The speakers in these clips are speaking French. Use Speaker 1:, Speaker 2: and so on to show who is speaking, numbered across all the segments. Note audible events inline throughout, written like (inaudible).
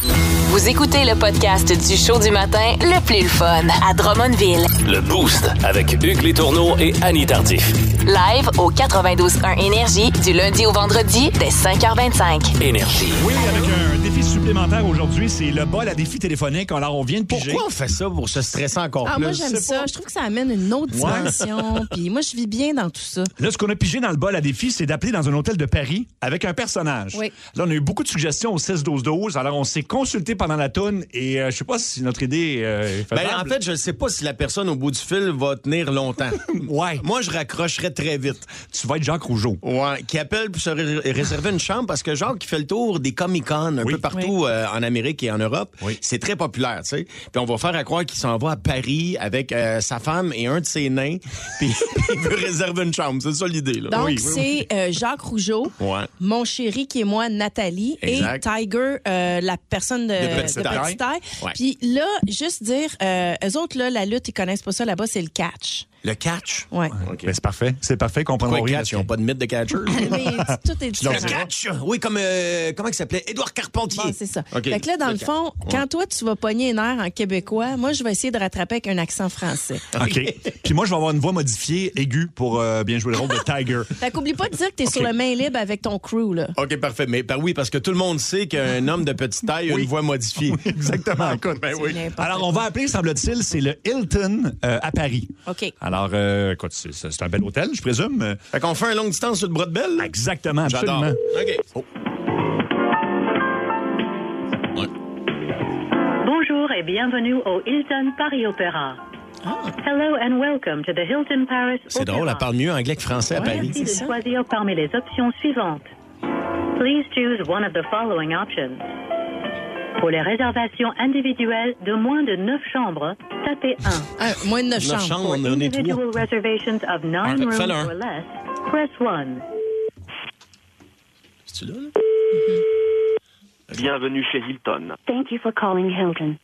Speaker 1: Vous écoutez le podcast du show du matin le plus fun à Drummondville.
Speaker 2: Le Boost avec Hugues Létourneau et Annie Tardif.
Speaker 1: Live au 92.1 Énergie du lundi au vendredi dès 5h25.
Speaker 2: Énergie.
Speaker 3: Oui, avec un défi supplémentaire aujourd'hui, c'est le bol à défi téléphonique. Alors, on vient de piger.
Speaker 4: Pourquoi on fait ça pour se stresser encore
Speaker 5: Ah,
Speaker 4: plus?
Speaker 5: moi, j'aime ça. Je trouve que ça amène une autre
Speaker 3: Ouais.
Speaker 5: dimension. Puis moi, je vis bien dans tout ça.
Speaker 3: Là, ce qu'on a pigé dans le bol à défi, c'est d'appeler dans un hôtel de Paris avec un personnage.
Speaker 5: Oui.
Speaker 3: Là, on a eu beaucoup de suggestions au 16-12-12. Alors, on s'est consulté pendant la toune et euh, je sais pas si notre idée euh, est
Speaker 4: Ben,
Speaker 3: faisable.
Speaker 4: en fait, je ne sais pas si la personne au bout du fil va tenir longtemps.
Speaker 3: (laughs) Ouais.
Speaker 4: Moi, je raccrocherais très vite.
Speaker 3: tu vas être Jacques Rougeau.
Speaker 4: Ouais, qui appelle pour se ré- réserver une chambre parce que Jacques qui fait le tour des Comic-Con un
Speaker 3: Oui.
Speaker 4: peu partout euh, en Amérique et en Europe,
Speaker 3: Oui.
Speaker 4: c'est très populaire, tu sais. Puis on va faire à croire qu'il s'en va à Paris avec euh, sa femme et un de ses nains, (laughs) puis il veut réserver une chambre, c'est ça l'idée là.
Speaker 5: Donc,
Speaker 3: Oui, oui,
Speaker 5: c'est euh, Jacques Rougeau,
Speaker 4: Ouais.
Speaker 5: mon chéri qui est moi, Nathalie,
Speaker 4: Exact.
Speaker 5: et Tiger, euh, la personne de,
Speaker 4: De petite taille.
Speaker 5: taille.
Speaker 4: Ouais.
Speaker 5: Puis là, juste dire, euh, eux autres, là, la lutte, ils connaissent pas ça là-bas, c'est le catch.
Speaker 4: Le catch.
Speaker 5: Ouais.
Speaker 3: Ben, c'est parfait. C'est parfait. Comprendrons
Speaker 4: Quoi,
Speaker 3: rien.
Speaker 4: catch, ils ont pas de mythe de catcher.
Speaker 5: (laughs)
Speaker 3: (laughs)
Speaker 5: Mais tout est dit.
Speaker 4: le catch. Oui, comme euh, comment il s'appelait Édouard Carpentier.
Speaker 5: Bon, c'est ça.
Speaker 4: OK.
Speaker 5: Fait que là, dans le fond, quand toi, tu vas pogner une air en québécois, moi, je vais essayer de rattraper avec un accent français.
Speaker 3: OK. Puis moi, je vais avoir une voix modifiée, aiguë, pour euh, bien jouer le
Speaker 4: (laughs)
Speaker 3: rôle de Tiger.
Speaker 5: Fait qu'oublie pas de dire que t'es sur le main libre avec ton crew, là.
Speaker 4: OK, parfait. Mais ben oui, parce que tout le monde sait qu'un homme de petite taille a une voix modifiée.
Speaker 3: (laughs) Exactement. Écoute,
Speaker 4: Ben oui.
Speaker 5: n'importe
Speaker 3: Alors, on va appeler, semble-t-il, c'est le Hilton euh, à Paris.
Speaker 5: OK.
Speaker 3: Alors, euh, écoute, c'est c'est un bel hôtel, je présume. Euh,
Speaker 4: Fait qu'on fait un longue distance sur le bras de belle.
Speaker 3: Exactement,
Speaker 4: J'adore.
Speaker 3: absolument.
Speaker 4: OK.
Speaker 3: (laughs)
Speaker 6: Bonjour et bienvenue au Hilton Paris Opera. Hello and welcome to the Hilton Paris
Speaker 4: Ah.
Speaker 6: Opera.
Speaker 4: C'est drôle, elle parle mieux anglais que français à Paris.
Speaker 6: Merci de
Speaker 5: ça.
Speaker 6: choisir parmi les options suivantes. Please choose one of the following options. Pour les réservations individuelles de moins de 9 chambres, tapez 1.
Speaker 5: Un, Hein, moins de neuf
Speaker 4: Notre chambre,
Speaker 5: chambres.
Speaker 4: on en est trois.
Speaker 6: Individual reservations of 9
Speaker 4: Ah,
Speaker 6: rooms
Speaker 4: fais-le un.
Speaker 6: or less, press 1.
Speaker 4: C'est-tu là, là?
Speaker 7: Bienvenue chez Hilton.
Speaker 8: Thank you for calling Hilton.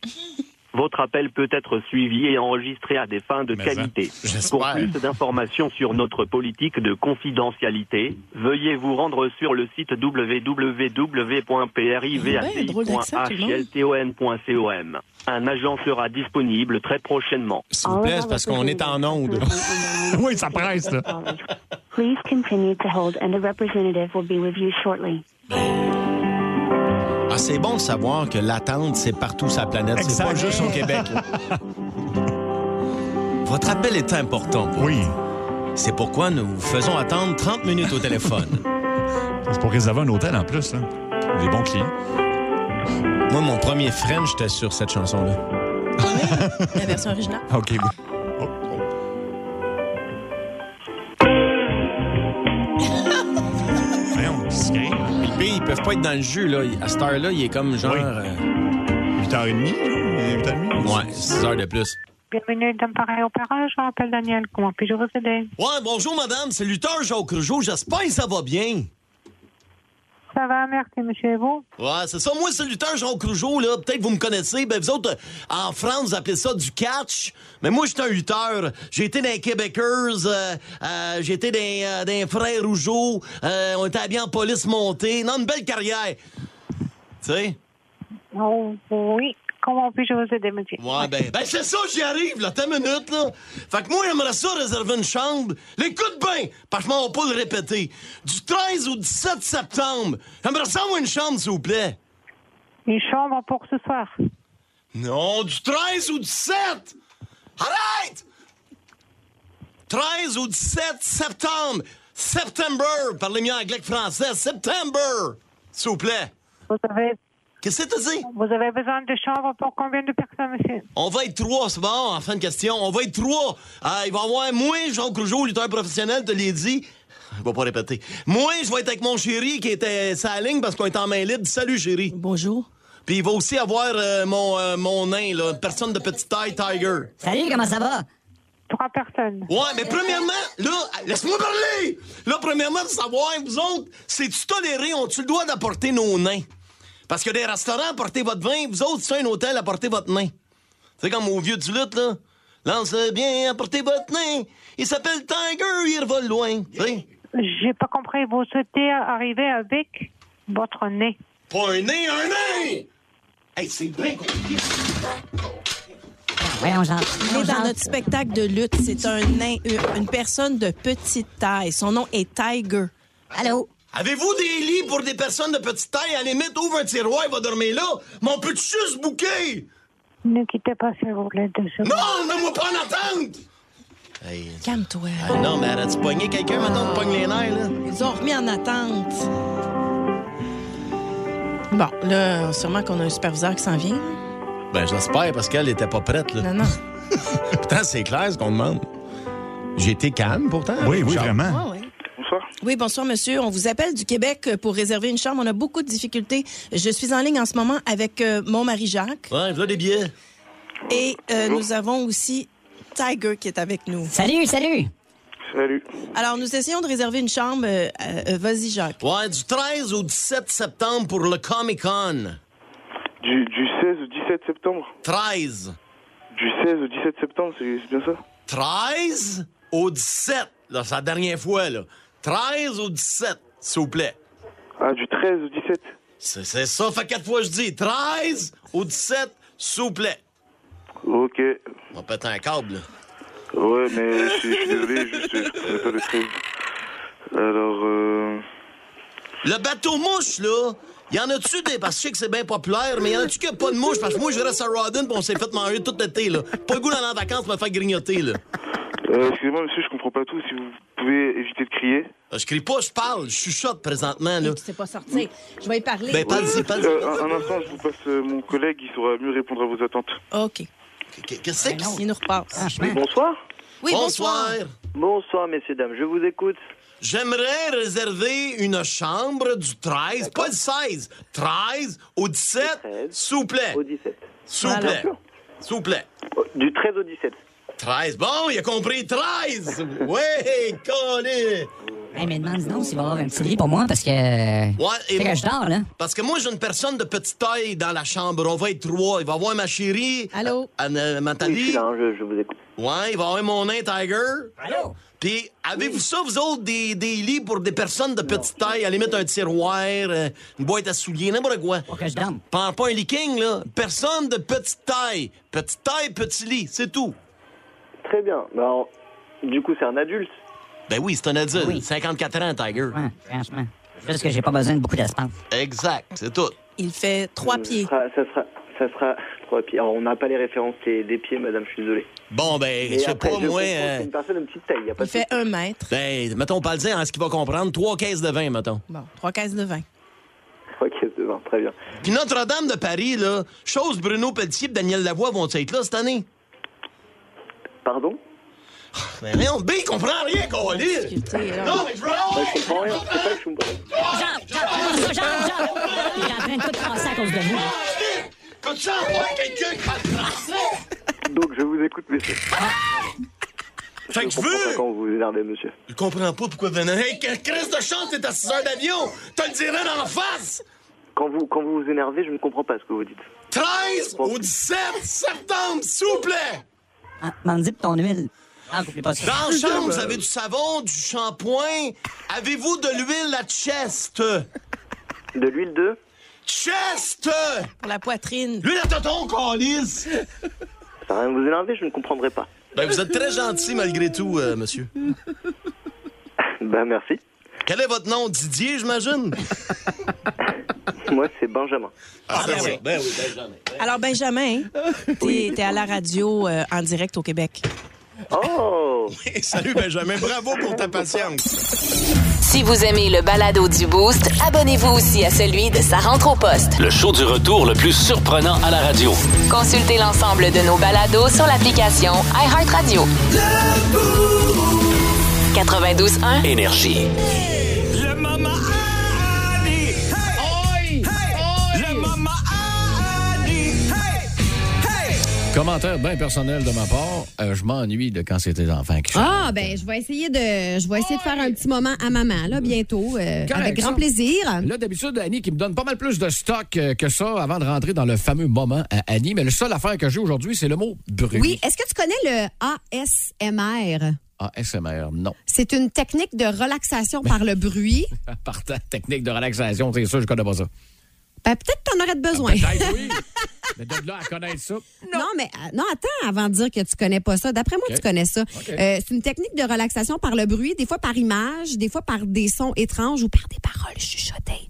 Speaker 7: Votre appel peut être suivi et enregistré à des fins de
Speaker 4: Mais
Speaker 7: qualité.
Speaker 4: ça, j'espère.
Speaker 7: Pour plus d'informations sur notre politique de confidentialité, veuillez vous rendre sur le site
Speaker 5: Ouais, drôle d'accent, tout le monde.
Speaker 7: www.privati.hlton.com. Un agent sera disponible très prochainement.
Speaker 4: S'il vous
Speaker 8: All
Speaker 4: plaît,
Speaker 8: of
Speaker 4: c'est
Speaker 8: our
Speaker 4: parce qu'on est en onde.
Speaker 8: representatives are currently
Speaker 3: Oui, ça presse, là.
Speaker 4: Ah.
Speaker 8: on hold. Please continue to hold and a representative will be with you shortly.
Speaker 4: Ah, c'est bon de savoir que l'attente, c'est partout sur la planète. C'est pas
Speaker 3: Exact.
Speaker 4: juste au Québec. Votre appel est important. pour
Speaker 3: Oui,
Speaker 4: nous. C'est pourquoi nous vous faisons attendre 30 minutes au téléphone.
Speaker 3: c'est pour réserver un hôtel en plus, hein. Des bons clients.
Speaker 4: Moi, mon premier French, j'étais sur cette chanson-là.
Speaker 5: La version originale.
Speaker 3: OK,
Speaker 4: Ah.
Speaker 3: Oh, oui. Voyons, c'est gay.
Speaker 4: Puis le B, ils peuvent pas être dans le jus, là. À cette heure-là, il est comme genre.
Speaker 3: Oui.
Speaker 4: euh,
Speaker 3: 8h30, 8h30.
Speaker 4: ouais, 6 heures de plus.
Speaker 9: Bienvenue dans Pareil Opéra, je m'appelle Daniel. Comment puis-je vous aider?
Speaker 4: Ouais, bonjour, madame. C'est Luther Jacques Rougeau. J'espère que ça va bien.
Speaker 9: Ça va, merci, monsieur. Et vous?
Speaker 4: Ouais, c'est ça. Moi, c'est Luther Jacques Rougeau, là. Peut-être vous me connaissez. Ben, vous autres, euh, en France, vous appelez ça du catch. Mais moi, je suis un lutteur. J'ai été dans les Québécoises. euh, euh, j'ai été dans, euh, dans les Frères Rougeau. Euh, on était bien en police montée. Non, une belle carrière. Tu sais?
Speaker 9: Oh, oui. Comment puis-je vous aider, monsieur?
Speaker 4: Ouais, ben, ben c'est ça, j'y arrive, là, t'as une minute, là. Fait que moi, j'aimerais ça réserver une chambre. L'écoute bien, parce que on va pas le répéter. Du 13 au 17 septembre, j'aimerais ça avoir une chambre, s'il vous plaît.
Speaker 9: Une chambre pour ce soir.
Speaker 4: Non, du 13 au 17! Arrête! 13 au 17 septembre! September! Parlez mieux anglais que français. September! S'il vous plaît.
Speaker 9: Vous avez,
Speaker 4: Qu'est-ce que t'as dit?
Speaker 9: vous avez besoin de chambre pour combien de personnes, monsieur?
Speaker 4: On va être trois, c'est bon, en fin de question. On va être trois. Euh, il va y avoir moi, Jean Crougeau, lutteur professionnel, te l'ai dit. Je vais pas répéter. Moi, je vais être avec mon chéri qui était sa ligne parce qu'on est en main libre. Salut, chéri.
Speaker 5: Bonjour.
Speaker 4: Puis il va aussi avoir euh, mon, euh, mon nain, là, une personne de petite taille, Tiger.
Speaker 10: Salut, comment ça va?
Speaker 9: Trois personnes.
Speaker 4: Ouais, mais premièrement, là, laisse-moi parler! Là, premièrement, de savoir, vous autres, c'est-tu toléré? On-tu le droit d'apporter nos nains? Parce que des restaurants, apportez votre vin, vous autres, c'est un hôtel, apportez votre nain. C'est comme au vieux du lutte, là. Lance bien, apportez votre nain. Il s'appelle Tiger, il revole loin. Tu sais?
Speaker 9: J'ai pas compris. Vous souhaitez arriver avec votre nez.
Speaker 4: Pas un nain, un nain! Hey, c'est bien compliqué.
Speaker 10: Voyons, Jacques.
Speaker 5: Il est dans notre spectacle de lutte. C'est un nain, une- une personne de petite taille. Son nom est Tiger.
Speaker 10: Allô?
Speaker 4: Avez-vous des lits pour des personnes de petite taille? À la limite, ouvre un tiroir, il va dormir là. Mais on peut juste bouquer?
Speaker 9: Ne quittez pas ces roulettes de seconde.
Speaker 4: Non, ne moi pas en attente! Hey,
Speaker 5: Calme-toi.
Speaker 4: ah non, mais arrête de pogner quelqu'un, maintenant, tu pognes les nerfs, là.
Speaker 5: Ils ont remis en attente. Bon, là, sûrement qu'on a un superviseur qui s'en vient.
Speaker 4: Ben, je l'espère, parce qu'elle était pas prête, là.
Speaker 5: Non, non.
Speaker 4: Pourtant, c'est clair ce qu'on demande. J'ai été calme, pourtant.
Speaker 3: Oui, oui,
Speaker 4: Genre,
Speaker 3: vraiment.
Speaker 5: Ah, ouais. Oui, bonsoir, monsieur. On vous appelle du Québec pour réserver une chambre. On a beaucoup de difficultés. Je suis en ligne en ce moment avec euh, mon mari Jacques.
Speaker 4: Ouais, voilà des billets.
Speaker 5: Et euh, nous avons aussi Tiger qui est avec nous.
Speaker 10: Salut, salut!
Speaker 7: Salut.
Speaker 5: Alors, nous essayons de réserver une chambre. euh, euh, euh, Vas-y, Jacques.
Speaker 4: Ouais, du 13 au 17 septembre pour le Comic-Con.
Speaker 7: Du, 16 au 17 septembre.
Speaker 4: 13.
Speaker 7: Du 16 au 17 septembre, c'est bien ça
Speaker 4: 13 au 17. Là, c'est la dernière fois, là. 13 au 17, s'il vous plaît.
Speaker 7: Ah, du 13 au 17.
Speaker 4: C'est, c'est ça, fait quatre fois que je dis. 13 au 17, s'il vous plaît.
Speaker 7: Ok.
Speaker 4: On va péter un câble, là.
Speaker 7: Ouais, mais je suis je suis désolé, juste, je connais pas le 13. Alors, euh...
Speaker 4: Le bateau mouche, là, y en a-tu des. Parce que je sais que c'est bien populaire, mais y en a-tu qui a pas de mouche? Parce que moi, je reste à Rodden, puis on s'est fait manger tout l'été, là. Pas le goût d'aller en vacances, me faire grignoter, là.
Speaker 7: euh, excusez-moi, monsieur, je comprends pas tout. Si vous pouvez éviter de crier.
Speaker 4: Je crie pas, je parle, je chuchote présentement, là.
Speaker 5: Tu sais pas sortir. Je vais y parler.
Speaker 4: Ben, parle-y,
Speaker 7: Euh,
Speaker 4: parle-y.
Speaker 7: un, un instant, je vous passe euh, mon collègue, il saura mieux répondre à vos attentes.
Speaker 5: OK.
Speaker 4: Qu'est-ce
Speaker 10: Ben
Speaker 4: que c'est que
Speaker 5: Il nous repasse.
Speaker 10: Franchement.
Speaker 7: Bonsoir.
Speaker 5: Oui, bonsoir.
Speaker 7: Bonsoir, messieurs, dames, je vous écoute.
Speaker 4: J'aimerais réserver une chambre du 13, pas le 16, 13 au 17,
Speaker 7: Du 13
Speaker 4: s'il vous plaît,
Speaker 7: 17.
Speaker 4: s'il vous plaît, s'il vous plaît.
Speaker 7: Oh, Du 13 au 17.
Speaker 4: 13, bon, il a compris, 13! Ouais, collé!
Speaker 10: Hey, mais demande donc s'il va y avoir un petit lit pour moi parce que.
Speaker 4: Ouais, et
Speaker 10: Fait
Speaker 4: moi-
Speaker 10: que je dors, là.
Speaker 4: Parce que moi, j'ai une personne de petite taille dans la chambre. On va être trois. Il va y avoir ma chérie.
Speaker 5: Allô?
Speaker 4: Anne- euh, Nathalie.
Speaker 7: je, vous écoute.
Speaker 4: Ouais, il va y avoir mon nain Tiger.
Speaker 10: Allô?
Speaker 4: Puis, avez-vous ça, vous autres, des, des lits pour des personnes de petite taille? Allez mettre un tiroir, euh, une boîte à souliers, n'importe quoi.
Speaker 10: Pour que je dorme.
Speaker 4: Pas, pas un leaking, là. Personne de petite taille. Petite taille, petit lit, c'est tout.
Speaker 7: Très bien. Bah, du coup, c'est un adulte.
Speaker 4: Ben oui, c'est un adulte.
Speaker 10: Oui.
Speaker 4: 54 ans, Tiger.
Speaker 10: Ouais, franchement. Juste que j'ai pas besoin de beaucoup d'espace.
Speaker 4: Exact, c'est tout.
Speaker 5: Il fait trois pieds.
Speaker 7: Euh, ça sera, ça sera trois pieds. Alors, on n'a pas les références des, des pieds, madame, je suis désolé.
Speaker 4: Bon, ben, je sais
Speaker 7: après,
Speaker 4: pas, moi...
Speaker 7: comprends,
Speaker 4: euh,
Speaker 7: C'est une personne de petite taille, y a pas
Speaker 5: Il
Speaker 7: de
Speaker 5: fait un mètre.
Speaker 4: Ben, mettons, pas le dire, en ce qu'il va comprendre. Trois caisses de vin, mettons.
Speaker 5: Bon, trois caisses de vin.
Speaker 7: souci. Ok, c'est bon, très bien.
Speaker 4: Puis Notre-Dame de Paris, là, chose Bruno Pelletier et Daniel Lavoie vont être là cette année.
Speaker 7: Pardon
Speaker 4: Mais non, ben, B, il comprend rien, Colin!
Speaker 5: Difficulté, là.
Speaker 4: Non, mais je veux avoir-
Speaker 7: Je comprends rien, c'est pas que je comprends.
Speaker 10: Jacques, Jacques, comment ça, Jacques, Jacques? Il est en train de tout casser à cause de vous.
Speaker 4: Quand tu envoies quelqu'un qui parle français!
Speaker 7: Donc, je vous écoute, monsieur.
Speaker 4: Fait que je
Speaker 7: Enfin,
Speaker 4: veux!
Speaker 7: quand vous vous énervez, monsieur.
Speaker 4: Je comprends pas pourquoi Venin. Hey, quelle crise de chance, t'es à 6 heures d'avion! T'as le dirais dans la face!
Speaker 7: Quand vous, quand vous vous énervez, je ne comprends pas ce que vous dites.
Speaker 4: 13 au 17 septembre, s'il vous plaît!
Speaker 10: Ah, Mandy, pour ton huile. Ah, oublie pas ça.
Speaker 4: Dans la chambre, vous avez (laughs) du savon, du shampoing. Avez-vous de l'huile à chest?
Speaker 7: De l'huile de
Speaker 4: Chest!
Speaker 5: Pour la poitrine.
Speaker 4: L'huile à tonton, Colis!
Speaker 7: Ça va rien vous énerver, je ne comprendrai pas.
Speaker 4: Ben, vous êtes très gentil malgré tout, euh, monsieur.
Speaker 7: Bah, merci.
Speaker 4: Quel est votre nom? Didier, j'imagine?
Speaker 7: Moi, c'est Benjamin.
Speaker 4: Ah, ben, oui. ben oui, ben jamais.
Speaker 5: Alors,
Speaker 7: (laughs)
Speaker 5: Benjamin, t'es t'es à la radio euh, en direct au Québec.
Speaker 7: Oh
Speaker 4: Salut Benjamin, bravo pour ta patience.
Speaker 1: Si vous aimez le balado du Boost, abonnez-vous aussi à celui de Sa rentre au poste.
Speaker 2: Le show du retour le plus surprenant à la radio.
Speaker 1: Consultez l'ensemble de nos balados sur l'application iHeartRadio. 92.1,
Speaker 2: Énergie.
Speaker 11: Le Mama Ali. Hey! Hey! Le Mama Ali. Hey! Hey!
Speaker 12: Commentaire bien personnel de ma part, euh, je m'ennuie de quand c'était enfant qui chantait.
Speaker 13: Ah, ben, je vais essayer de, je vais essayer de faire un petit moment à maman, là, bientôt, euh,
Speaker 12: Correct,
Speaker 13: avec grand
Speaker 12: ça.
Speaker 13: plaisir.
Speaker 12: Là, d'habitude, Annie qui me donne pas mal plus de stock euh, que ça avant de rentrer dans le fameux moment à Annie. Mais le seul affaire que j'ai aujourd'hui, c'est le mot bruit.
Speaker 13: Oui, est-ce que tu connais le ASMR?
Speaker 12: ASMR, non.
Speaker 13: C'est une technique de relaxation par le bruit.
Speaker 12: (laughs) Partant, technique de relaxation, c'est sûr, je connais pas ça.
Speaker 13: Ben, peut-être t'en aurais besoin. (laughs)
Speaker 12: Peut-être, oui. Mais de là à connaître ça.
Speaker 13: Non. mais euh, non, attends avant de dire que tu connais pas ça. D'après moi,
Speaker 12: OK.
Speaker 13: tu connais ça.
Speaker 12: OK.
Speaker 13: Euh, c'est une technique de relaxation par le bruit, des fois par image, des fois par des sons étranges ou par des paroles chuchotées.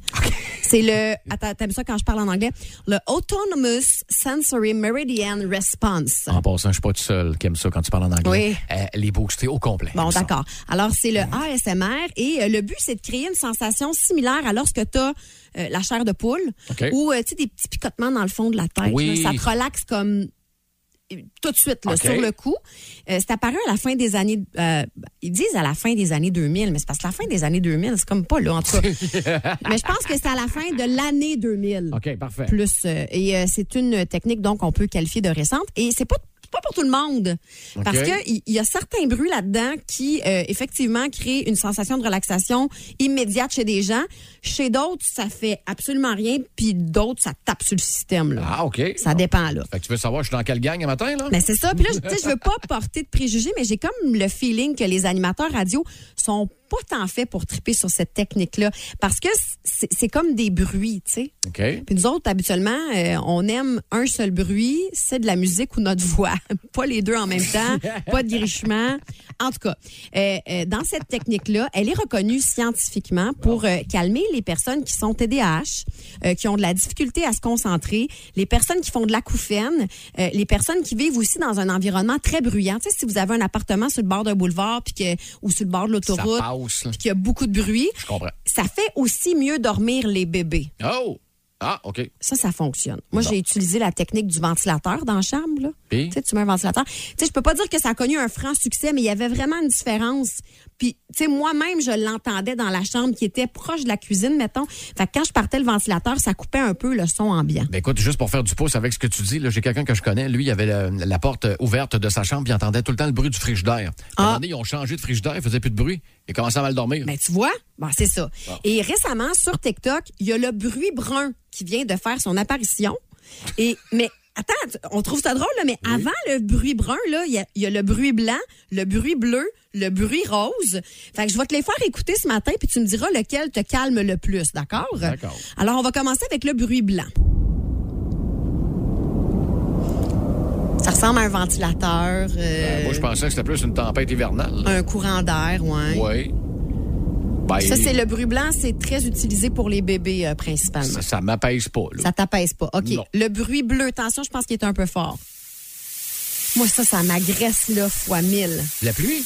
Speaker 13: C'est le. Attends, t'aimes ça quand je parle en anglais? Le Autonomous Sensory Meridian Response.
Speaker 12: En passant, je suis pas tout seul qui aime ça quand tu parles en anglais. Euh, les booster au complet.
Speaker 13: Bon,
Speaker 12: Aime ça.
Speaker 13: d'accord. Alors, c'est le ASMR et euh, le but, c'est de créer une sensation similaire à lorsque tu as la chair de poule
Speaker 12: OK.
Speaker 13: ou, euh, tu sais, des petits picotements dans le fond de la tête.
Speaker 12: Oui.
Speaker 13: là. ça te relaxe comme euh, tout de suite, là,
Speaker 12: OK.
Speaker 13: sur le coup. Euh, c'est apparu à la fin des années... euh, ils disent à la fin des années 2000, mais c'est parce que la fin des années 2000, c'est comme pas là, en
Speaker 12: (laughs)
Speaker 13: tout cas. mais je pense que c'est à la fin de l'année 2000.
Speaker 12: OK, parfait.
Speaker 13: Plus. euh, et euh, c'est une technique, donc, qu'on peut qualifier de récente. Et c'est pas, c'est pas pour tout le monde.
Speaker 12: OK.
Speaker 13: Parce que il il y a certains bruits là-dedans qui, euh, effectivement, créent une sensation de relaxation immédiate chez des gens. Chez d'autres, ça fait absolument rien. Puis d'autres, ça tape sur le système. Là.
Speaker 12: Ah, OK.
Speaker 13: Ça dépend, là.
Speaker 12: Fait que tu veux savoir, je suis dans quelle gang le matin, là?
Speaker 13: Mais c'est ça. Puis là, je- tu sais, je veux pas porter de préjugés, mais j'ai comme le feeling que les animateurs radio sont pas tant faits pour triper sur cette technique-là. Parce que c'est c'est comme des bruits, tu sais.
Speaker 12: OK.
Speaker 13: Puis nous autres, habituellement, euh, on aime un seul bruit, c'est de la musique ou notre voix. pas les deux en même temps, pas de grichement. En tout cas, euh, euh, dans cette technique-là, elle est reconnue scientifiquement pour euh, calmer les personnes qui sont TDAH, euh, qui ont de la difficulté à se concentrer, les personnes qui font de l'acouphène, euh, les personnes qui vivent aussi dans un environnement très bruyant. Tu sais, si vous avez un appartement sur le bord d'un boulevard puis que, ou sur le bord de l'autoroute,
Speaker 12: passe, là.
Speaker 13: puis qu'il y a beaucoup de bruit,
Speaker 12: Je comprends.
Speaker 13: ça fait aussi mieux dormir les bébés.
Speaker 12: Oh! Ah, OK.
Speaker 13: Ça, ça fonctionne. Moi,
Speaker 12: Bon.
Speaker 13: j'ai utilisé la technique du ventilateur dans la chambre. Là.
Speaker 12: Puis?
Speaker 13: Tu sais, tu mets un ventilateur. Tu sais, je peux pas dire que ça a connu un franc succès, mais il y avait vraiment une différence. Puis, tu sais, moi-même, je l'entendais dans la chambre qui était proche de la cuisine, mettons. Fait que quand je partais le ventilateur, ça coupait un peu le son ambiant.
Speaker 12: Ben écoute, juste pour faire du pouce avec ce que tu dis, là, j'ai quelqu'un que je connais. Lui, il avait la, la porte euh, ouverte de sa chambre, puis il entendait tout le temps le bruit du frigidaire. À un moment donné, ils ont changé de frigidaire, il faisait plus de bruit. Il commençait à mal dormir.
Speaker 13: Mais Ben, tu vois, bon, c'est ça. Et récemment, sur TikTok, il y a le bruit brun qui vient de faire son apparition. Et, mais attends, tu- on trouve ça drôle, là, mais avant le bruit brun, là, il y, a- il y a le bruit blanc, le bruit bleu, le bruit rose. Fait que je vais te les faire écouter ce matin, puis tu me diras lequel te calme le plus, d'accord?
Speaker 12: D'accord.
Speaker 13: Alors, on va commencer avec le bruit blanc. Ça ressemble à un ventilateur, euh,
Speaker 12: Ben, Moi, je pensais que c'était plus une tempête hivernale.
Speaker 13: un courant d'air, ouais.
Speaker 12: Oui. Ben,
Speaker 13: Ça, c'est le bruit blanc, c'est très utilisé pour les bébés euh, principalement.
Speaker 12: Ça, ça m'apaise pas, là.
Speaker 13: Ça t'apaise pas. OK.
Speaker 12: Non.
Speaker 13: Le bruit bleu, attention, je pense qu'il est un peu fort. Moi, ça, ça m'agresse, là, fois mille.
Speaker 12: La pluie?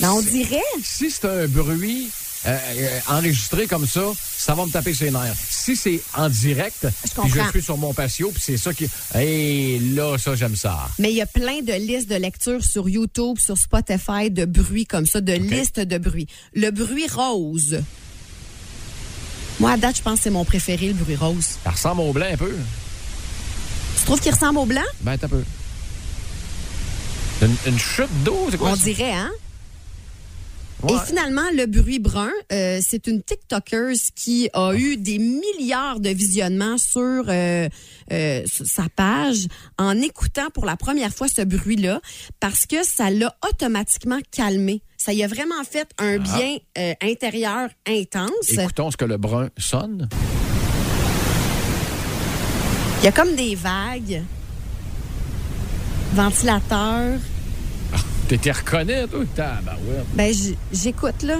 Speaker 13: Mais on dirait.
Speaker 12: Si c'est un bruit euh, euh, enregistré comme ça, ça va me taper ses nerfs. Si c'est en direct, puis je
Speaker 13: comprends.
Speaker 12: suis sur mon patio, puis c'est ça qui... Hé, là, ça, j'aime ça.
Speaker 13: Mais il y a plein de listes de lectures sur YouTube, sur Spotify, de bruits comme ça, de listes de bruits. Le bruit rose. Moi, à date, je pense que c'est mon préféré, le bruit rose.
Speaker 12: Ça ressemble au blanc un peu.
Speaker 13: Tu trouves qu'il ressemble au blanc?
Speaker 12: Ben, t'as peu. Une, une chute d'eau, c'est quoi
Speaker 13: On
Speaker 12: ça?
Speaker 13: dirait, hein?
Speaker 12: Ouais.
Speaker 13: Et finalement, le bruit brun, euh, c'est une TikToker qui a eu des milliards de visionnements sur, euh, euh, sur sa page en écoutant pour la première fois ce bruit-là parce que ça l'a automatiquement calmé. Ça y a vraiment fait un bien euh, intérieur intense.
Speaker 12: Ah. Écoutons ce que le brun sonne.
Speaker 13: Il y a comme des vagues, ventilateur.
Speaker 12: Ah, T'étais reconnu, toi? Tabarouette.
Speaker 13: Ben, j- j'écoute, là.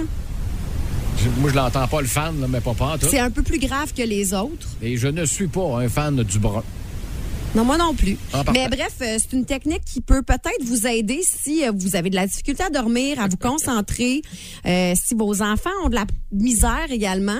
Speaker 12: Je- Moi, je l'entends pas, le fan, là, mais pas pas en tout.
Speaker 13: C'est un peu plus grave que les autres.
Speaker 12: Et je ne suis pas un fan du brun.
Speaker 13: Non, moi non plus.
Speaker 12: Ah, parfait.
Speaker 13: Mais bref, euh, c'est une technique qui peut peut-être vous aider si euh, vous avez de la difficulté à dormir, à vous concentrer, euh, si vos enfants ont de la misère également.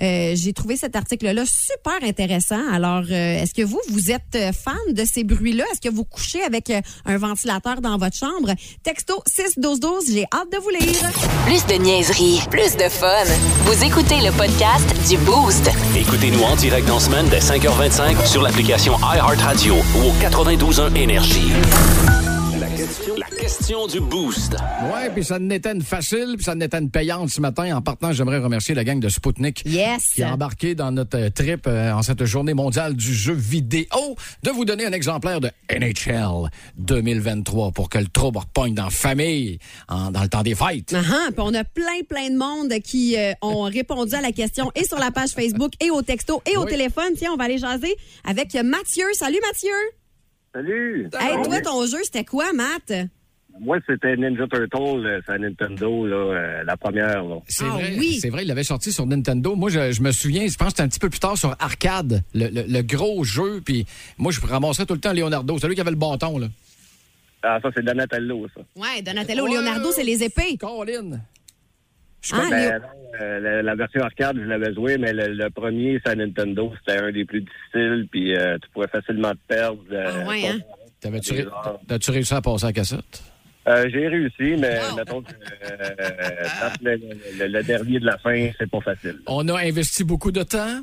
Speaker 13: Euh, J'ai trouvé cet article-là super intéressant. Alors, euh, est-ce que vous, vous êtes euh, fan de ces bruits-là? Est-ce que vous couchez avec euh, un ventilateur dans votre chambre? Texto 61212, j'ai hâte de vous lire.
Speaker 1: Plus de niaiserie, plus de fun. Vous écoutez le podcast du Boost.
Speaker 2: Écoutez-nous en direct dans semaine dès 5h25 sur l'application iHeartRadio ou au 92.1 Énergie. La question, la question du boost.
Speaker 12: Ouais, puis ça n'était une facile, puis ça n'était une payante ce matin. En partant, j'aimerais remercier la gang de Spoutnik
Speaker 13: Yes.
Speaker 12: qui a embarqué dans notre euh, trip euh, en cette journée mondiale du jeu vidéo de vous donner un exemplaire de NHL 2023 pour que le trouble repogne dans la famille en- dans le temps des fêtes.
Speaker 13: Ah, puis on a plein, plein de monde qui euh, ont répondu à la question et sur la page Facebook et au texto et au téléphone. Tiens, on va aller jaser avec Mathieu. Salut Mathieu!
Speaker 14: Salut!
Speaker 13: Hey, toi, ton jeu, c'était quoi, Matt?
Speaker 14: Moi, c'était Ninja Turtle, euh, sur Nintendo, là, euh, la première. Là.
Speaker 12: C'est vrai, c'est vrai, il l'avait sorti sur Nintendo. Moi, je, je me souviens, je pense que c'était un petit peu plus tard sur Arcade, le, le- le gros jeu. Puis moi, je ramasserais tout le temps Leonardo, celui qui avait le bâton. Là.
Speaker 14: Ah, ça, c'est Donatello, ça.
Speaker 13: Ouais, Donatello, Leonardo, c'est les épées.
Speaker 12: Colin.
Speaker 13: Ah,
Speaker 14: Ben,
Speaker 13: Léo-
Speaker 14: non, euh, la, la version arcade, je l'avais joué, mais le, le premier, sur Nintendo, c'était un des plus difficiles, puis euh, tu pouvais facilement te perdre. euh,
Speaker 13: ouais, hein?
Speaker 12: T'avais-tu ré- T'as-tu réussi à passer à la cassette?
Speaker 14: Euh, J'ai réussi, mais mettons que euh, (laughs) parce que le, le- le dernier de la fin, c'est pas facile.
Speaker 12: On a investi beaucoup de temps.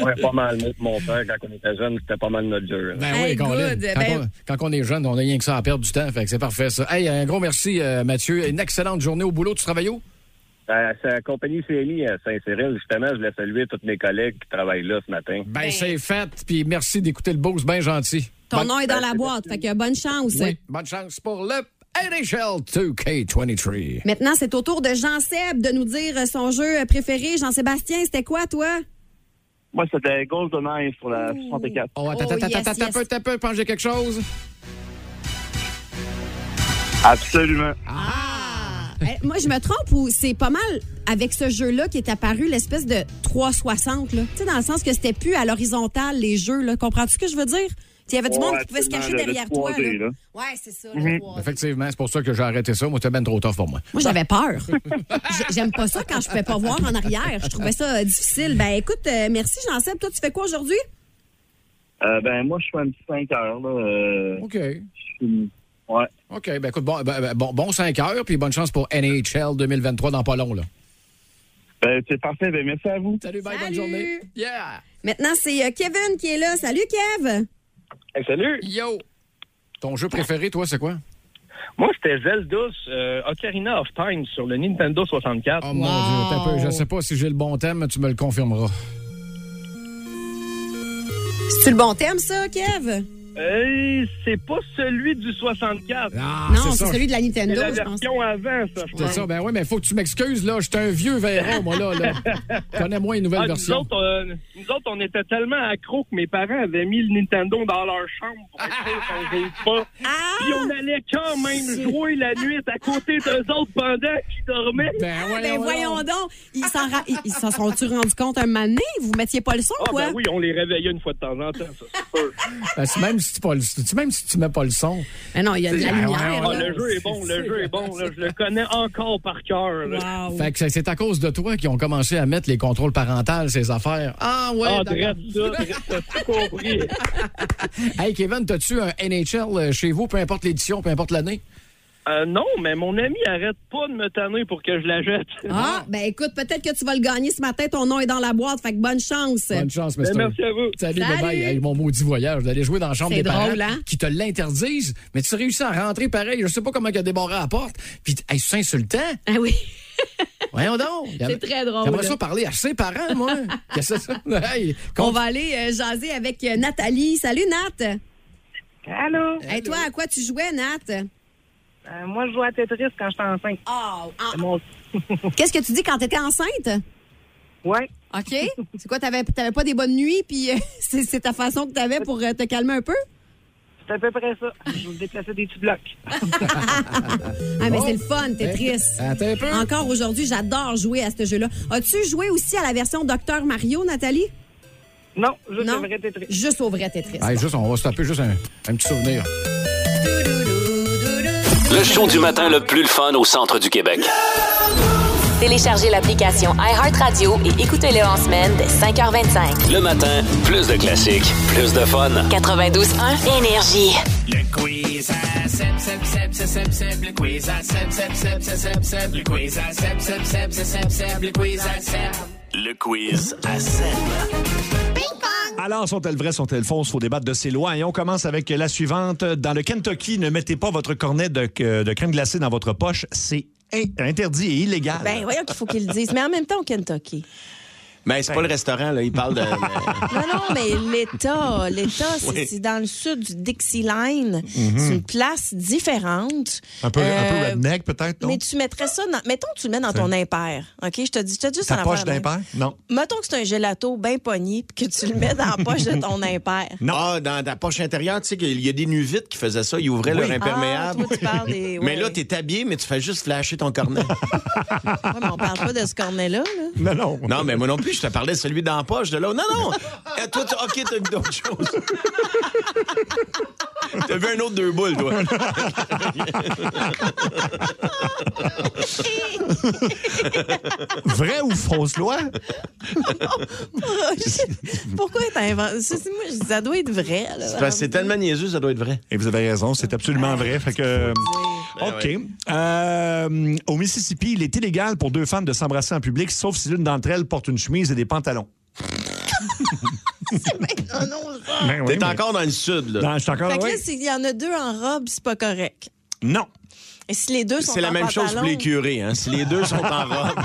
Speaker 14: Ouais, pas mal. Moi, Mon père, quand on était jeune, c'était pas mal notre jeu. là.
Speaker 12: Ben oui, Colin. Quand,
Speaker 14: Ben-
Speaker 12: on, quand on est jeune, on a rien que ça à perdre du temps. Fait que c'est parfait, ça. Hey, un gros merci, euh, Mathieu. Une excellente journée au boulot. Tu travailles où?
Speaker 14: Euh, c'est la compagnie CMI à Saint-Cyril. Justement, je voulais saluer tous mes collègues qui travaillent là ce matin.
Speaker 12: Ben, c'est fait. Puis merci d'écouter le boost. Bien gentil.
Speaker 13: Ton
Speaker 12: Bonne-
Speaker 13: nom est dans la boîte, fait que bonne chance.
Speaker 12: Ben, Oui, bonne chance pour le NHL 2K23.
Speaker 13: Maintenant, c'est au tour de Jean-Seb de nous dire son jeu préféré. Jean-Sébastien, c'était quoi, toi?
Speaker 15: Moi, c'était Gold de Nice pour la 64.
Speaker 12: Oh, attends,
Speaker 13: Oh,
Speaker 12: attends,
Speaker 13: yes,
Speaker 12: attends, attends,
Speaker 13: yes.
Speaker 12: un peu, attends, un peu, je pense que j'ai quelque chose.
Speaker 15: Absolument.
Speaker 13: Eh, Moi, je me trompe ou c'est pas mal avec ce jeu-là qui est apparu l'espèce de 360, là. Tu sais, dans le sens que c'était plus à l'horizontale, les jeux, là. Comprends-tu ce que je veux dire? Il y avait du
Speaker 12: Ouais,
Speaker 13: monde qui pouvait se cacher
Speaker 12: absolument, le- le
Speaker 13: derrière toi,
Speaker 12: 3D,
Speaker 13: là.
Speaker 12: là.
Speaker 13: Ouais, c'est ça, le
Speaker 12: Mhm.
Speaker 13: 3D.
Speaker 12: Effectivement, c'est pour ça que j'ai arrêté ça. Moi, c'était ben trop tough pour moi.
Speaker 13: Moi, j'avais peur. J'ai-
Speaker 12: (laughs)
Speaker 13: J'aime pas ça quand je pouvais pas voir en arrière. Je trouvais ça euh, difficile. Ben, écoute, euh, merci, Jean-Seb. Toi, tu fais quoi aujourd'hui?
Speaker 15: Euh, ben, moi, je suis un petit 5 heures, là. euh,
Speaker 12: OK.
Speaker 15: Ouais.
Speaker 12: OK, ben écoute, bon, ben, ben, bon, bon 5 heures, puis bonne chance pour NHL 2023 dans pas long, là.
Speaker 15: Ben, c'est parfait. Ben, merci à vous.
Speaker 12: Salut, bye,
Speaker 13: Salut.
Speaker 12: bonne journée. Yeah!
Speaker 13: Maintenant, c'est euh, Kevin qui est là. Salut, Kev!
Speaker 15: salut!
Speaker 12: Yo! Ton jeu préféré, toi, c'est quoi?
Speaker 16: Moi, c'était Zelda euh, Ocarina of Time sur le Nintendo 64.
Speaker 12: Oh mon Dieu, t'as peu. Je sais pas si j'ai le bon thème, mais tu me le confirmeras.
Speaker 13: C'est-tu le bon thème, ça, Kev?
Speaker 16: Euh, c'est pas celui du 64.
Speaker 13: Non, c'est c'est ça. celui de la Nintendo,
Speaker 16: C'est la
Speaker 13: je pense.
Speaker 16: version avant, ça, je
Speaker 12: C'est
Speaker 16: pense.
Speaker 12: ça, ben oui, mais faut que tu m'excuses, là. J'étais un vieux verra, moi, là. là.
Speaker 16: (laughs)
Speaker 12: Connais-moi une nouvelle
Speaker 16: Ah, nous,
Speaker 12: version.
Speaker 16: autres, euh, nous autres, on était tellement accros que mes parents avaient mis le Nintendo dans leur chambre pour être sûr
Speaker 12: (laughs)
Speaker 16: qu'on joue pas.
Speaker 13: Ah!
Speaker 16: Puis on allait quand même jouer la nuit à côté d'eux autres pendant qu'ils dormaient.
Speaker 12: Ben,
Speaker 13: Ben, voyons donc! Ils s'en ra- ils- ils s'en sont-tu rendus compte un moment donné? Vous mettiez pas le son,
Speaker 16: Ah,
Speaker 13: quoi?
Speaker 16: ben oui, on les réveillait une fois de temps en temps, ça, c'est sûr.
Speaker 12: Ben, c'est même, si tu pas le- tu- même si tu mets pas le son.
Speaker 13: Mais Ah non, il y a de la
Speaker 12: Ben,
Speaker 13: lumière,
Speaker 12: ouais,
Speaker 16: Ah,
Speaker 12: ouais.
Speaker 16: le jeu est bon, le jeu est bon. là. Je le connais encore par cœur. là.
Speaker 12: Fait que c'est- c'est à cause de toi qu'ils ont commencé à mettre les contrôles parentaux, ces affaires. Ah ouais,
Speaker 16: Ah,
Speaker 12: d'accord.
Speaker 16: drette ça, drette ça, t'as tout compris.
Speaker 12: Hey Kevin, t'as-tu un NHL euh, chez vous, peu importe l'édition, peu importe l'année?
Speaker 16: Euh, non, mais mon ami arrête pas de me tanner pour que je la jette.
Speaker 13: Ah, ben écoute, peut-être que tu vas le gagner ce matin. Ton nom est dans la boîte, fait que bonne chance.
Speaker 12: Bonne chance,
Speaker 16: Ben,
Speaker 12: monsieur.
Speaker 16: merci à vous.
Speaker 12: Salut,
Speaker 13: Salut.
Speaker 12: bye bye. Hey, mon maudit voyage, d'aller jouer dans la chambre
Speaker 13: C'est
Speaker 12: des
Speaker 13: drôle,
Speaker 12: parents
Speaker 13: hein?
Speaker 12: qui te l'interdisent, mais tu réussis à rentrer pareil. Je sais pas comment il a débarré à la porte. Puis, hey, c'est insultant.
Speaker 13: Ah oui.
Speaker 12: Voyons donc.
Speaker 13: C'est très drôle,
Speaker 12: J'aimerais
Speaker 13: là.
Speaker 12: ça parler à ses parents, moi. Qu'est-ce que c'est ça? Hey,
Speaker 13: On va aller euh, jaser avec euh, Nathalie. Salut, Nat.
Speaker 9: Allô?
Speaker 13: Et toi, à quoi tu jouais, Nat?
Speaker 9: Euh, moi, je jouais à Tetris quand j'étais enceinte.
Speaker 13: Oh,
Speaker 9: (laughs)
Speaker 13: Qu'est-ce que tu dis quand t'étais enceinte?
Speaker 9: Ouais.
Speaker 13: OK. C'est quoi, t'avais, t'avais pas des bonnes nuits, puis euh, (laughs) c'est, c'est ta façon que t'avais pour euh, te calmer un peu?
Speaker 9: C'est à peu près ça. Je me déplaçais des petits blocs.
Speaker 13: (laughs) Ah, mais
Speaker 9: Bon.
Speaker 13: c'est le fun, Tetris.
Speaker 9: Attends un peu.
Speaker 13: Encore aujourd'hui, j'adore jouer à ce jeu-là. As-tu joué aussi à la version Docteur Mario, Nathalie?
Speaker 9: Non, juste
Speaker 13: au vrai
Speaker 9: Tetris.
Speaker 13: Juste au vrai Tetris.
Speaker 12: Hey, juste, on va se taper juste un, un petit souvenir.
Speaker 2: Le show du matin le plus le fun au centre du Québec.
Speaker 1: Téléchargez l'application iHeartRadio et écoutez-le en semaine dès 5h25.
Speaker 2: Le matin, plus de classiques, plus de fun.
Speaker 1: 92.1 Énergie.
Speaker 11: Le quiz à Seb, Seb, Seb, Seb, Seb, Seb, le quiz à Seb, Seb, Seb, Seb, Seb, Seb, le quiz à Seb, Seb, Seb, Seb, Seb, Seb, le quiz à Seb.
Speaker 2: Le quiz à Seb.
Speaker 11: Ping-pong!
Speaker 3: Alors, sont-elles vraies, sont-elles fausses? Faut débattre de ces lois. Et on commence avec la suivante. Dans le Kentucky, ne mettez pas votre cornet de, de crème glacée dans votre poche. C'est in- interdit et illégal.
Speaker 5: (laughs) Ben, voyons qu'il faut qu'ils le disent. Mais en même temps, au Kentucky.
Speaker 4: Mais c'est pas le restaurant, là. Il
Speaker 12: (laughs)
Speaker 4: parle de. euh,
Speaker 5: Non, non, mais l'État, l'État, c'est
Speaker 4: Oui.
Speaker 5: c'est dans le sud du Dixieland.
Speaker 3: Mhm.
Speaker 5: C'est une place différente.
Speaker 3: Un peu, un peu
Speaker 5: Euh,
Speaker 3: redneck, peut-être, non?
Speaker 5: Mais tu mettrais ça dans. Mettons que tu le mets dans ton impair. OK? Je te dis, je te dis juste
Speaker 3: Ta
Speaker 5: en
Speaker 3: poche
Speaker 5: affaire de même.
Speaker 3: d'impair? Non.
Speaker 5: Mettons que c'est un gelato bien pogné puis que tu le
Speaker 4: (laughs)
Speaker 5: mets dans la poche de ton impair.
Speaker 4: Non. Ah, dans ta poche intérieure, tu sais qu'il y a des nuvites qui faisaient ça. Ils ouvraient
Speaker 5: Oui.
Speaker 4: leur imperméable.
Speaker 5: Ah, toi, tu parles des- ouais,
Speaker 4: (laughs) mais là, t'es habillé, mais tu fais juste flasher ton cornet.
Speaker 12: (laughs)
Speaker 5: Ouais, mais on parle pas de ce cornet-là.
Speaker 4: (laughs)
Speaker 5: là.
Speaker 3: non, non.
Speaker 4: Non, mais moi non plus, je te parlais de celui dans la poche de l'autre. Non, non. Eh, toi, tu... OK, t'as vu d'autres
Speaker 12: (laughs)
Speaker 4: choses. t'as vu un autre deux boules,
Speaker 12: (laughs)
Speaker 4: toi.
Speaker 3: (laughs) Vrai ou fausse loi?
Speaker 5: Oh, Pourquoi t'as inventé ça? c'est- Moi, je dis, ça doit être vrai. là.
Speaker 4: C'est parce que c'est tellement niaiseux, ça doit être vrai.
Speaker 3: Et vous avez raison, c'est absolument vrai. Fait que,
Speaker 4: Ben
Speaker 3: OK. Euh, au Mississippi, il est illégal pour deux femmes de s'embrasser en public, sauf si l'une d'entre elles porte une chemise et
Speaker 5: (laughs)
Speaker 3: des pantalons. Ben oui,
Speaker 4: T'es
Speaker 3: mais-
Speaker 4: encore dans le sud, là.
Speaker 3: Dans- je suis encore-
Speaker 5: Fait que là,
Speaker 3: oui.
Speaker 5: s'il y en a deux en robe, c'est pas correct.
Speaker 3: Non.
Speaker 5: Et si les deux sont
Speaker 4: C'est la
Speaker 5: en
Speaker 4: même chose pour
Speaker 5: pantalon,
Speaker 4: les curés, hein. Si les deux sont en robe.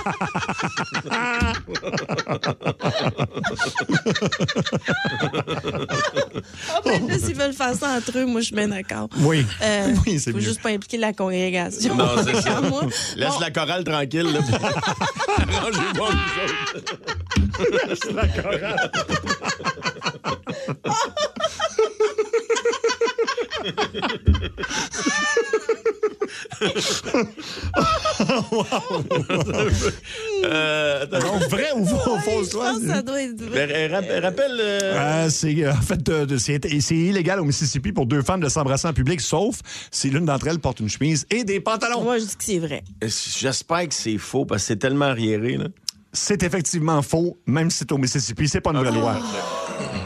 Speaker 5: Ah, ben là, (laughs) s'ils veulent faire ça entre eux, moi, je suis bien d'accord.
Speaker 4: Oui.
Speaker 5: Euh,
Speaker 4: Oui, c'est
Speaker 5: faut
Speaker 4: mieux.
Speaker 5: juste pas impliquer la congrégation.
Speaker 4: Non,
Speaker 5: (laughs)
Speaker 4: c'est ça.
Speaker 5: Moi,
Speaker 4: Laisse
Speaker 5: bon,
Speaker 4: la chorale tranquille,
Speaker 12: (laughs)
Speaker 4: là. (laughs) Arrangez-moi, vous autres. Laisse la chorale. euh, attends.
Speaker 3: Non, vrai ou faux, fausse loi?
Speaker 5: doit être
Speaker 4: Ben, rap- rappelle. euh,
Speaker 3: Euh, c'est euh, en fait de- de- c'est c'est illégal au Mississippi pour deux femmes de s'embrasser en public, sauf si l'une d'entre elles porte une chemise et des pantalons.
Speaker 5: Moi, je dis que c'est vrai.
Speaker 4: J'espère que c'est faux parce que c'est tellement arriéré, là.
Speaker 3: C'est effectivement faux, même si c'est au Mississippi, c'est pas une vraie loi.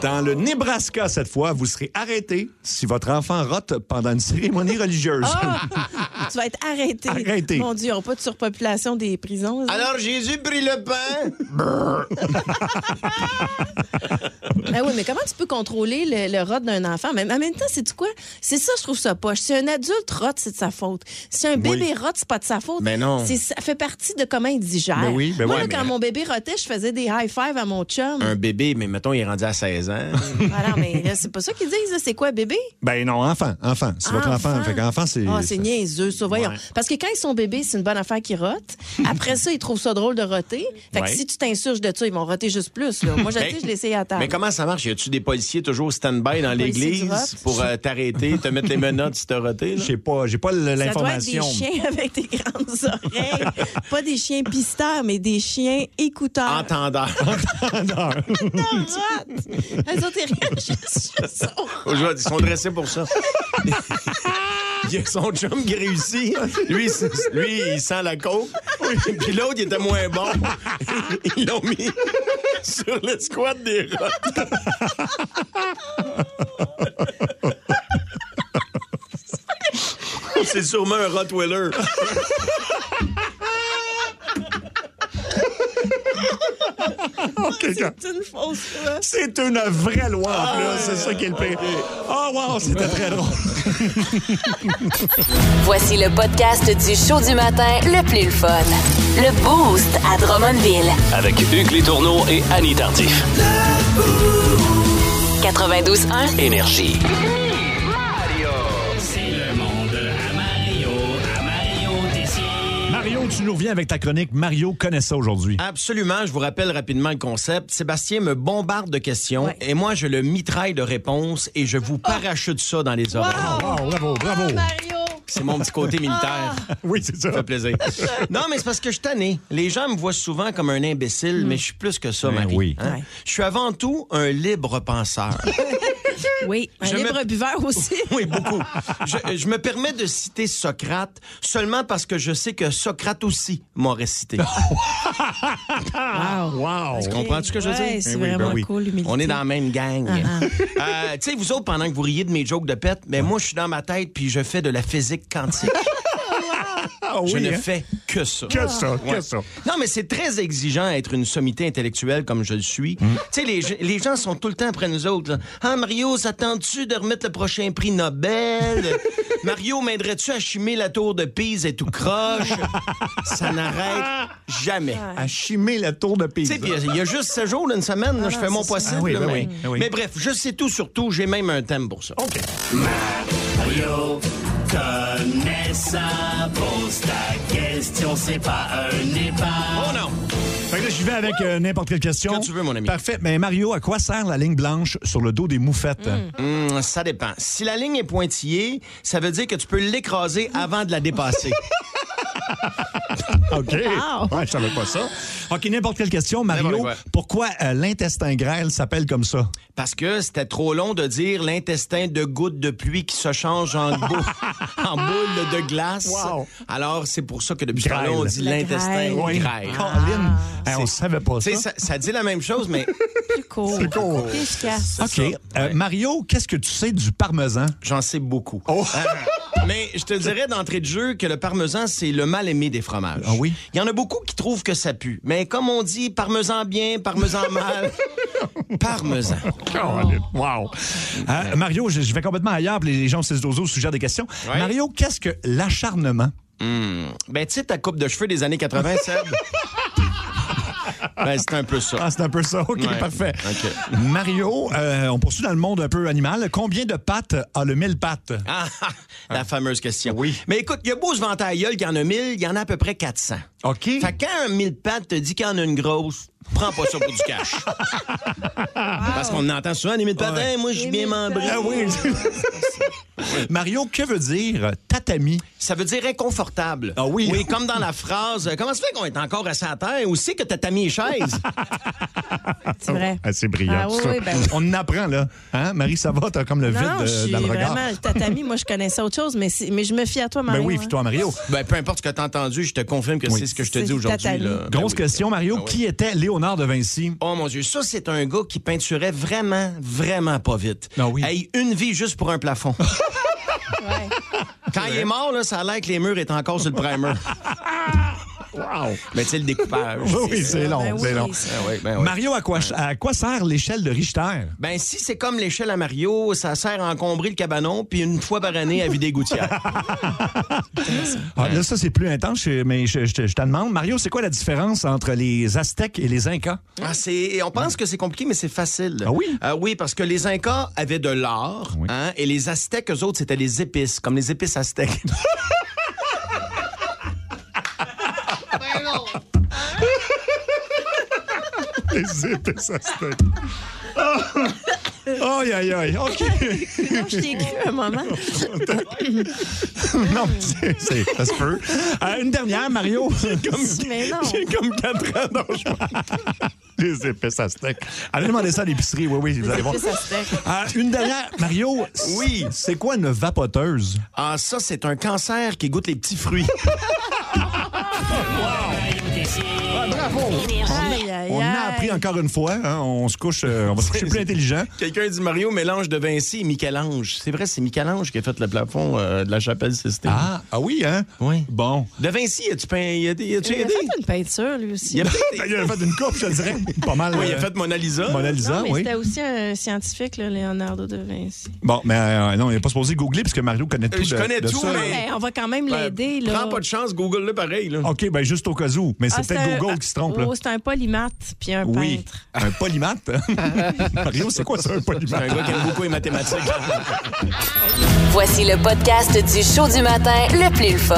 Speaker 3: Dans le Nebraska, cette fois, vous serez arrêté si votre enfant rote pendant une cérémonie religieuse.
Speaker 5: Ah!
Speaker 4: Ah.
Speaker 5: Tu vas être arrêté.
Speaker 3: Arrêté.
Speaker 5: Mon Dieu, on pas de surpopulation des prisons. ça?
Speaker 4: Alors Jésus prit le pain.
Speaker 5: Ben oui, mais comment tu peux contrôler le, le rot d'un enfant? Mais en même temps, c'est quoi? C'est ça, je trouve ça poche. Si un adulte rote, c'est de sa faute. Si un bébé
Speaker 4: Oui.
Speaker 5: rote, c'est pas de sa faute.
Speaker 4: Mais non.
Speaker 5: C'est- Ça fait partie de comment il digère.
Speaker 4: Ben oui, ben
Speaker 5: Moi,
Speaker 4: ouais,
Speaker 5: là, quand
Speaker 4: mais-
Speaker 5: mon bébé rotait, je faisais des high-five à mon chum.
Speaker 4: (laughs) Un bébé, mais mettons, il est rendu à 16 ans.
Speaker 5: Alors, mais là, c'est pas ça qu'ils disent. là. C'est quoi, bébé?
Speaker 3: (laughs) Ben non, enfant, enfant. C'est votre enfant. Fait qu'enfant, c'est.
Speaker 5: Ah, c'est niaiseux, ça, voyons. Parce que quand ils sont bébés, c'est une bonne affaire qu'ils rotent. Après ça, ils trouvent ça drôle de roter. Fait que
Speaker 4: Ouais.
Speaker 5: si tu t'insurges de ça, ils vont roter juste plus. là. Moi, je le
Speaker 4: Ben,
Speaker 5: sais, je l'essaye à table.
Speaker 4: Mais comment ça marche? Y a-tu des policiers toujours stand-by dans
Speaker 5: policiers du
Speaker 4: l'église
Speaker 5: rot?
Speaker 4: pour euh, t'arrêter, te mettre les menottes si t'as roté?
Speaker 3: J'ai pas, j'ai pas
Speaker 5: Ça doit être des chiens avec des grandes oreilles. Pas des chiens pisteurs, mais des chiens écouteurs.
Speaker 4: Entendeur.
Speaker 3: Entendeur.
Speaker 5: Elles ont des réagissent juste ça.
Speaker 4: Aujourd'hui, Ils sont dressés pour ça. (laughs) Il y a son chum qui réussit. hein. Lui, c'est- lui il sent la coke. Puis l'autre, il était moins bon. Ils l'ont mis sur le squat des rottes. C'est sûrement un Rottweiler.
Speaker 5: C'est une fausse loi. Ah!
Speaker 3: C'est une vraie loi, en plus. C'est ça qui est le pire. Oh, wow, c'était très drôle.
Speaker 1: Voici le podcast du show du matin le plus le fun. Le Boost à Drummondville.
Speaker 2: Avec Hugues Létourneau et Annie Tardif.
Speaker 1: 92.1.
Speaker 2: Énergie.
Speaker 11: C'est le monde à Mario, à Mario Tessier.
Speaker 3: Mario, tu nous reviens avec ta chronique. Mario connaît ça aujourd'hui.
Speaker 4: Ah. Absolument. Je vous rappelle rapidement le concept. Sébastien me bombarde de questions et moi, je le mitraille de réponses et je vous parachute ça dans les oreilles.
Speaker 3: Wow, Ah, bravo, bravo.
Speaker 4: C'est mon petit côté militaire.
Speaker 3: Oui, c'est ça.
Speaker 4: Ah, Ça fait plaisir. (laughs) Non, mais c'est parce que je suis tanné. Les gens me voient souvent comme un imbécile, mais je suis plus que ça, Marie. hein. Je suis avant tout un libre
Speaker 3: (laughs)
Speaker 4: penseur.
Speaker 5: Oui, un
Speaker 4: Je me-
Speaker 5: libre buveur aussi.
Speaker 4: Oui, beaucoup. Je, je me permets de citer Socrate seulement parce que je sais que Socrate aussi m'a récité.
Speaker 3: Ah,
Speaker 5: Wow.
Speaker 4: Tu comprends ce que je veux
Speaker 5: Ouais,
Speaker 4: dire?
Speaker 5: c'est
Speaker 4: Eh oui, ben
Speaker 5: vraiment
Speaker 4: oui.
Speaker 5: cool, l'humilité.
Speaker 4: On est dans la même gang.
Speaker 3: Ah,
Speaker 4: Euh, tu sais, vous autres, pendant que vous riez de mes jokes de ben, pète, mais moi, je suis dans ma tête puis je fais de la physique quantique.
Speaker 3: Ah,
Speaker 4: je
Speaker 3: oui,
Speaker 4: ne
Speaker 3: hein?
Speaker 4: fais que que ça.
Speaker 3: Que ça, que ça.
Speaker 4: Non, mais c'est très exigeant être une sommité intellectuelle comme je le suis.
Speaker 3: Mm.
Speaker 4: Tu sais, les, ge- les gens sont tout le temps après nous autres. là. Ah, Mario, s'attends-tu de remettre le prochain prix Nobel?
Speaker 3: (laughs)
Speaker 4: Mario, m'aiderais-tu à chimer la tour de Pise et tout croche? ça n'arrête jamais.
Speaker 3: À chimer la tour de Pise.
Speaker 4: Tu sais, puis il y a juste ce jours, une semaine, là, je fais mon possible.
Speaker 3: Ah oui,
Speaker 4: là,
Speaker 3: ben
Speaker 4: mais,
Speaker 3: oui, ben oui.
Speaker 4: mais bref, je sais tout sur tout. J'ai même un thème pour ça. OK.
Speaker 11: Mario, connais ça, pose ta question, c'est pas un épave. Oh non!
Speaker 4: Euh,
Speaker 3: Fait que là, j'y vais avec euh, n'importe quelle question. tu veux, mon ami. Parfait. Mais Mario, à quoi sert la ligne blanche sur le dos des moufettes?
Speaker 4: Hmm, ça dépend. Si la ligne est pointillée, ça veut dire que tu peux l'écraser avant de la
Speaker 3: (laughs)
Speaker 4: dépasser.
Speaker 3: (laughs) OK. Ouais, je savais pas ça. OK, n'importe quelle question, Mario.
Speaker 4: quoi.
Speaker 3: Pourquoi euh, l'intestin grêle s'appelle comme ça?
Speaker 4: Parce que c'était trop long de dire l'intestin de gouttes de pluie qui se change en, bou-
Speaker 3: (laughs)
Speaker 4: en boule de glace. Alors, c'est pour ça que depuis
Speaker 3: Grêle.
Speaker 4: trop long, on dit
Speaker 3: La
Speaker 4: l'intestin
Speaker 3: grêle. Oui.
Speaker 4: grêle.
Speaker 3: Colin, Ah, hey, on savait pas
Speaker 4: Tu sais,
Speaker 3: ça.
Speaker 4: ça. Ça dit la même chose,
Speaker 3: (laughs)
Speaker 4: mais...
Speaker 5: Plus court.
Speaker 4: Plus court.
Speaker 5: Plus efficace.
Speaker 3: OK. Euh, Mario, qu'est-ce que tu sais du parmesan?
Speaker 4: J'en sais beaucoup. Mais je te dirais d'entrée de jeu que le parmesan, c'est le mal-aimé des fromages. Ah oui? Il y en a beaucoup qui trouvent que ça pue. Mais comme on dit, parmesan bien, parmesan mal, parmesan. Oh.
Speaker 3: Wow. Euh, Mario, je, je vais complètement ailleurs, puis les gens au 6 12 suggèrent des questions. Mario, qu'est-ce que l'acharnement?
Speaker 4: Hmm. Ben, tu sais, ta coupe de cheveux des années
Speaker 5: (laughs)
Speaker 4: 80, Seb? (laughs) ben, c'est un peu ça.
Speaker 3: Ah, c'est un peu ça. OK,
Speaker 4: Ouais.
Speaker 3: parfait.
Speaker 4: OK.
Speaker 3: Mario, euh, on poursuit dans le monde un peu animal. Combien de pattes a le mille pattes?
Speaker 4: Ah, ah, la fameuse question. Oui. Mais écoute, il y a beau se vanter à la gueule qu'il y en a 1000, il y en a à peu près 400.
Speaker 3: OK. Fait
Speaker 4: que quand un 1000 pattes te dit qu'il y en a une grosse, prends pas ça pour du (laughs) cash. Parce qu'on entend souvent les 1000 pattes. Hey, moi, je suis bien membré.
Speaker 3: Ah oui.
Speaker 4: Oh.
Speaker 3: (laughs) Mario, que veut dire tatami?
Speaker 4: Ça veut dire inconfortable.
Speaker 3: Ah oui.
Speaker 4: Oui, comme dans la phrase, euh, comment ça fait qu'on est encore assis à terre? Où c'est que t'as mis les chaises?
Speaker 5: C'est vrai.
Speaker 3: Ah, c'est brillant.
Speaker 5: Ah oui,
Speaker 3: ça.
Speaker 5: oui, ben-
Speaker 3: On en apprend, là. Hein? Marie, ça va? T'as comme le vide
Speaker 5: Non,
Speaker 3: de-
Speaker 5: je suis
Speaker 3: dans le regard.
Speaker 5: vraiment le tatami. Moi, je connaissais autre chose, mais, c'est- mais je me fie à toi, Mario.
Speaker 3: Ben oui,
Speaker 5: hein.
Speaker 3: puis toi, Mario.
Speaker 4: (laughs) Ben, peu importe ce que t'as entendu, je te confirme que c'est ce que je te
Speaker 5: C'est
Speaker 4: dis
Speaker 5: du
Speaker 4: aujourd'hui.
Speaker 5: tatami.
Speaker 4: là. Ben
Speaker 3: Grosse
Speaker 4: oui.
Speaker 3: question, Mario. Qui était Léonard de Vinci?
Speaker 4: Oh mon Dieu, ça c'est un gars qui peinturait vraiment, vraiment pas vite. Non, Ah oui. Hey, une vie juste pour un
Speaker 5: (laughs)
Speaker 4: plafond. Quand il est mort, là, ça a l'air que les murs étaient encore sur le primer. (laughs)
Speaker 3: wow!
Speaker 4: Mais tu sais, le découpage.
Speaker 3: Oui, oui,
Speaker 5: Ah,
Speaker 3: c'est long,
Speaker 4: Ben oui,
Speaker 3: c'est long.
Speaker 4: Ben oui, ben oui.
Speaker 3: Mario, à quoi, à quoi sert l'échelle de Richter?
Speaker 4: Ben, si c'est comme l'échelle à Mario, ça sert à encombrer le cabanon, puis une fois par année, à vider les
Speaker 5: (laughs)
Speaker 4: gouttières.
Speaker 3: Ah, là, ça, c'est plus intense, je- mais je, je te- je te demande. Mario, c'est quoi la différence entre les Aztèques et les Incas?
Speaker 4: Ah, c'est- on pense que c'est compliqué, mais c'est facile. Ah oui? oui, parce que les Incas avaient de l'or, hein, et les Aztèques, eux autres, c'était les épices, comme les épices (laughs) aztèques.
Speaker 3: Les épices aztèques.
Speaker 5: Euh.
Speaker 3: Oh, aïe,
Speaker 5: (laughs)
Speaker 3: aïe, aïe. OK. (laughs)
Speaker 5: Non, je t'ai cru un moment.
Speaker 3: non, c'est, c'est- ça se peut. Euh, une dernière,
Speaker 5: (laughs)
Speaker 3: Mario. J'ai (laughs) comme,
Speaker 5: Mais non.
Speaker 3: j'ai comme 4 ans. Non, je
Speaker 5: (laughs)
Speaker 3: pense. Les épices aztèques. Allez demander ça à l'épicerie. Oui, oui, vous allez voir.
Speaker 5: épices aztèques.
Speaker 3: Euh, une dernière, Mario. Oui. C'est quoi une vapoteuse?
Speaker 4: Ah, ça, c'est un cancer qui goûte les petits (laughs) fruits.
Speaker 3: bravo!
Speaker 5: Aïe, aïe,
Speaker 3: On a
Speaker 5: aïe.
Speaker 3: appris encore une fois. hein, on se couche, euh, on va se coucher plus intelligent.
Speaker 4: Quelqu'un dit Mario mélange de Vinci et Michel-Ange. C'est vrai, c'est Michel-Ange qui a fait le plafond euh, de la chapelle Sistine.
Speaker 3: Ah, ah oui, hein?
Speaker 4: Oui.
Speaker 3: Bon.
Speaker 4: De Vinci, as-tu peint, y Ben, a- y a-tu
Speaker 5: Il a
Speaker 4: aidé?
Speaker 5: fait une peinture, lui aussi.
Speaker 4: Il a,
Speaker 3: Ben, Il a fait une coupe, je te dirais. (laughs) Pas mal.
Speaker 4: Oui, il a
Speaker 3: euh,
Speaker 4: fait Mona Lisa.
Speaker 3: Mona Lisa,
Speaker 5: Non, mais
Speaker 3: oui.
Speaker 5: c'était aussi un scientifique, là, Leonardo da Vinci.
Speaker 3: Bon, mais euh, non, il n'est pas supposé googler parce que Mario connaît tout.
Speaker 4: je
Speaker 3: de-
Speaker 4: connais
Speaker 3: de
Speaker 4: tout,
Speaker 3: ça.
Speaker 5: Ouais, mais Ben, on va quand même l'aider.
Speaker 4: Ben,
Speaker 5: là. Oh.
Speaker 4: Prends pas de chance, Google-le pareil. Là.
Speaker 3: OK, ben juste au cas où. Mais
Speaker 5: Ah,
Speaker 3: c'est
Speaker 5: un-
Speaker 3: peut-être Google qui se trompe, là.
Speaker 5: Oh, c'est un polymathe puis un
Speaker 3: Oui.
Speaker 5: peintre.
Speaker 3: Un polymath? (laughs) Mario, c'est quoi ça, un
Speaker 4: C'est un
Speaker 3: polymath?
Speaker 4: gars qui aime beaucoup les mathématiques.
Speaker 5: (laughs)
Speaker 1: Voici le podcast du show du matin le plus fun.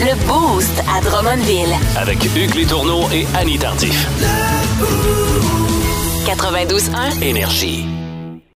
Speaker 1: Le Boost à Drummondville.
Speaker 2: Avec Hugues Létourneau et Annie Tardif.
Speaker 1: 92.1.
Speaker 2: Énergie.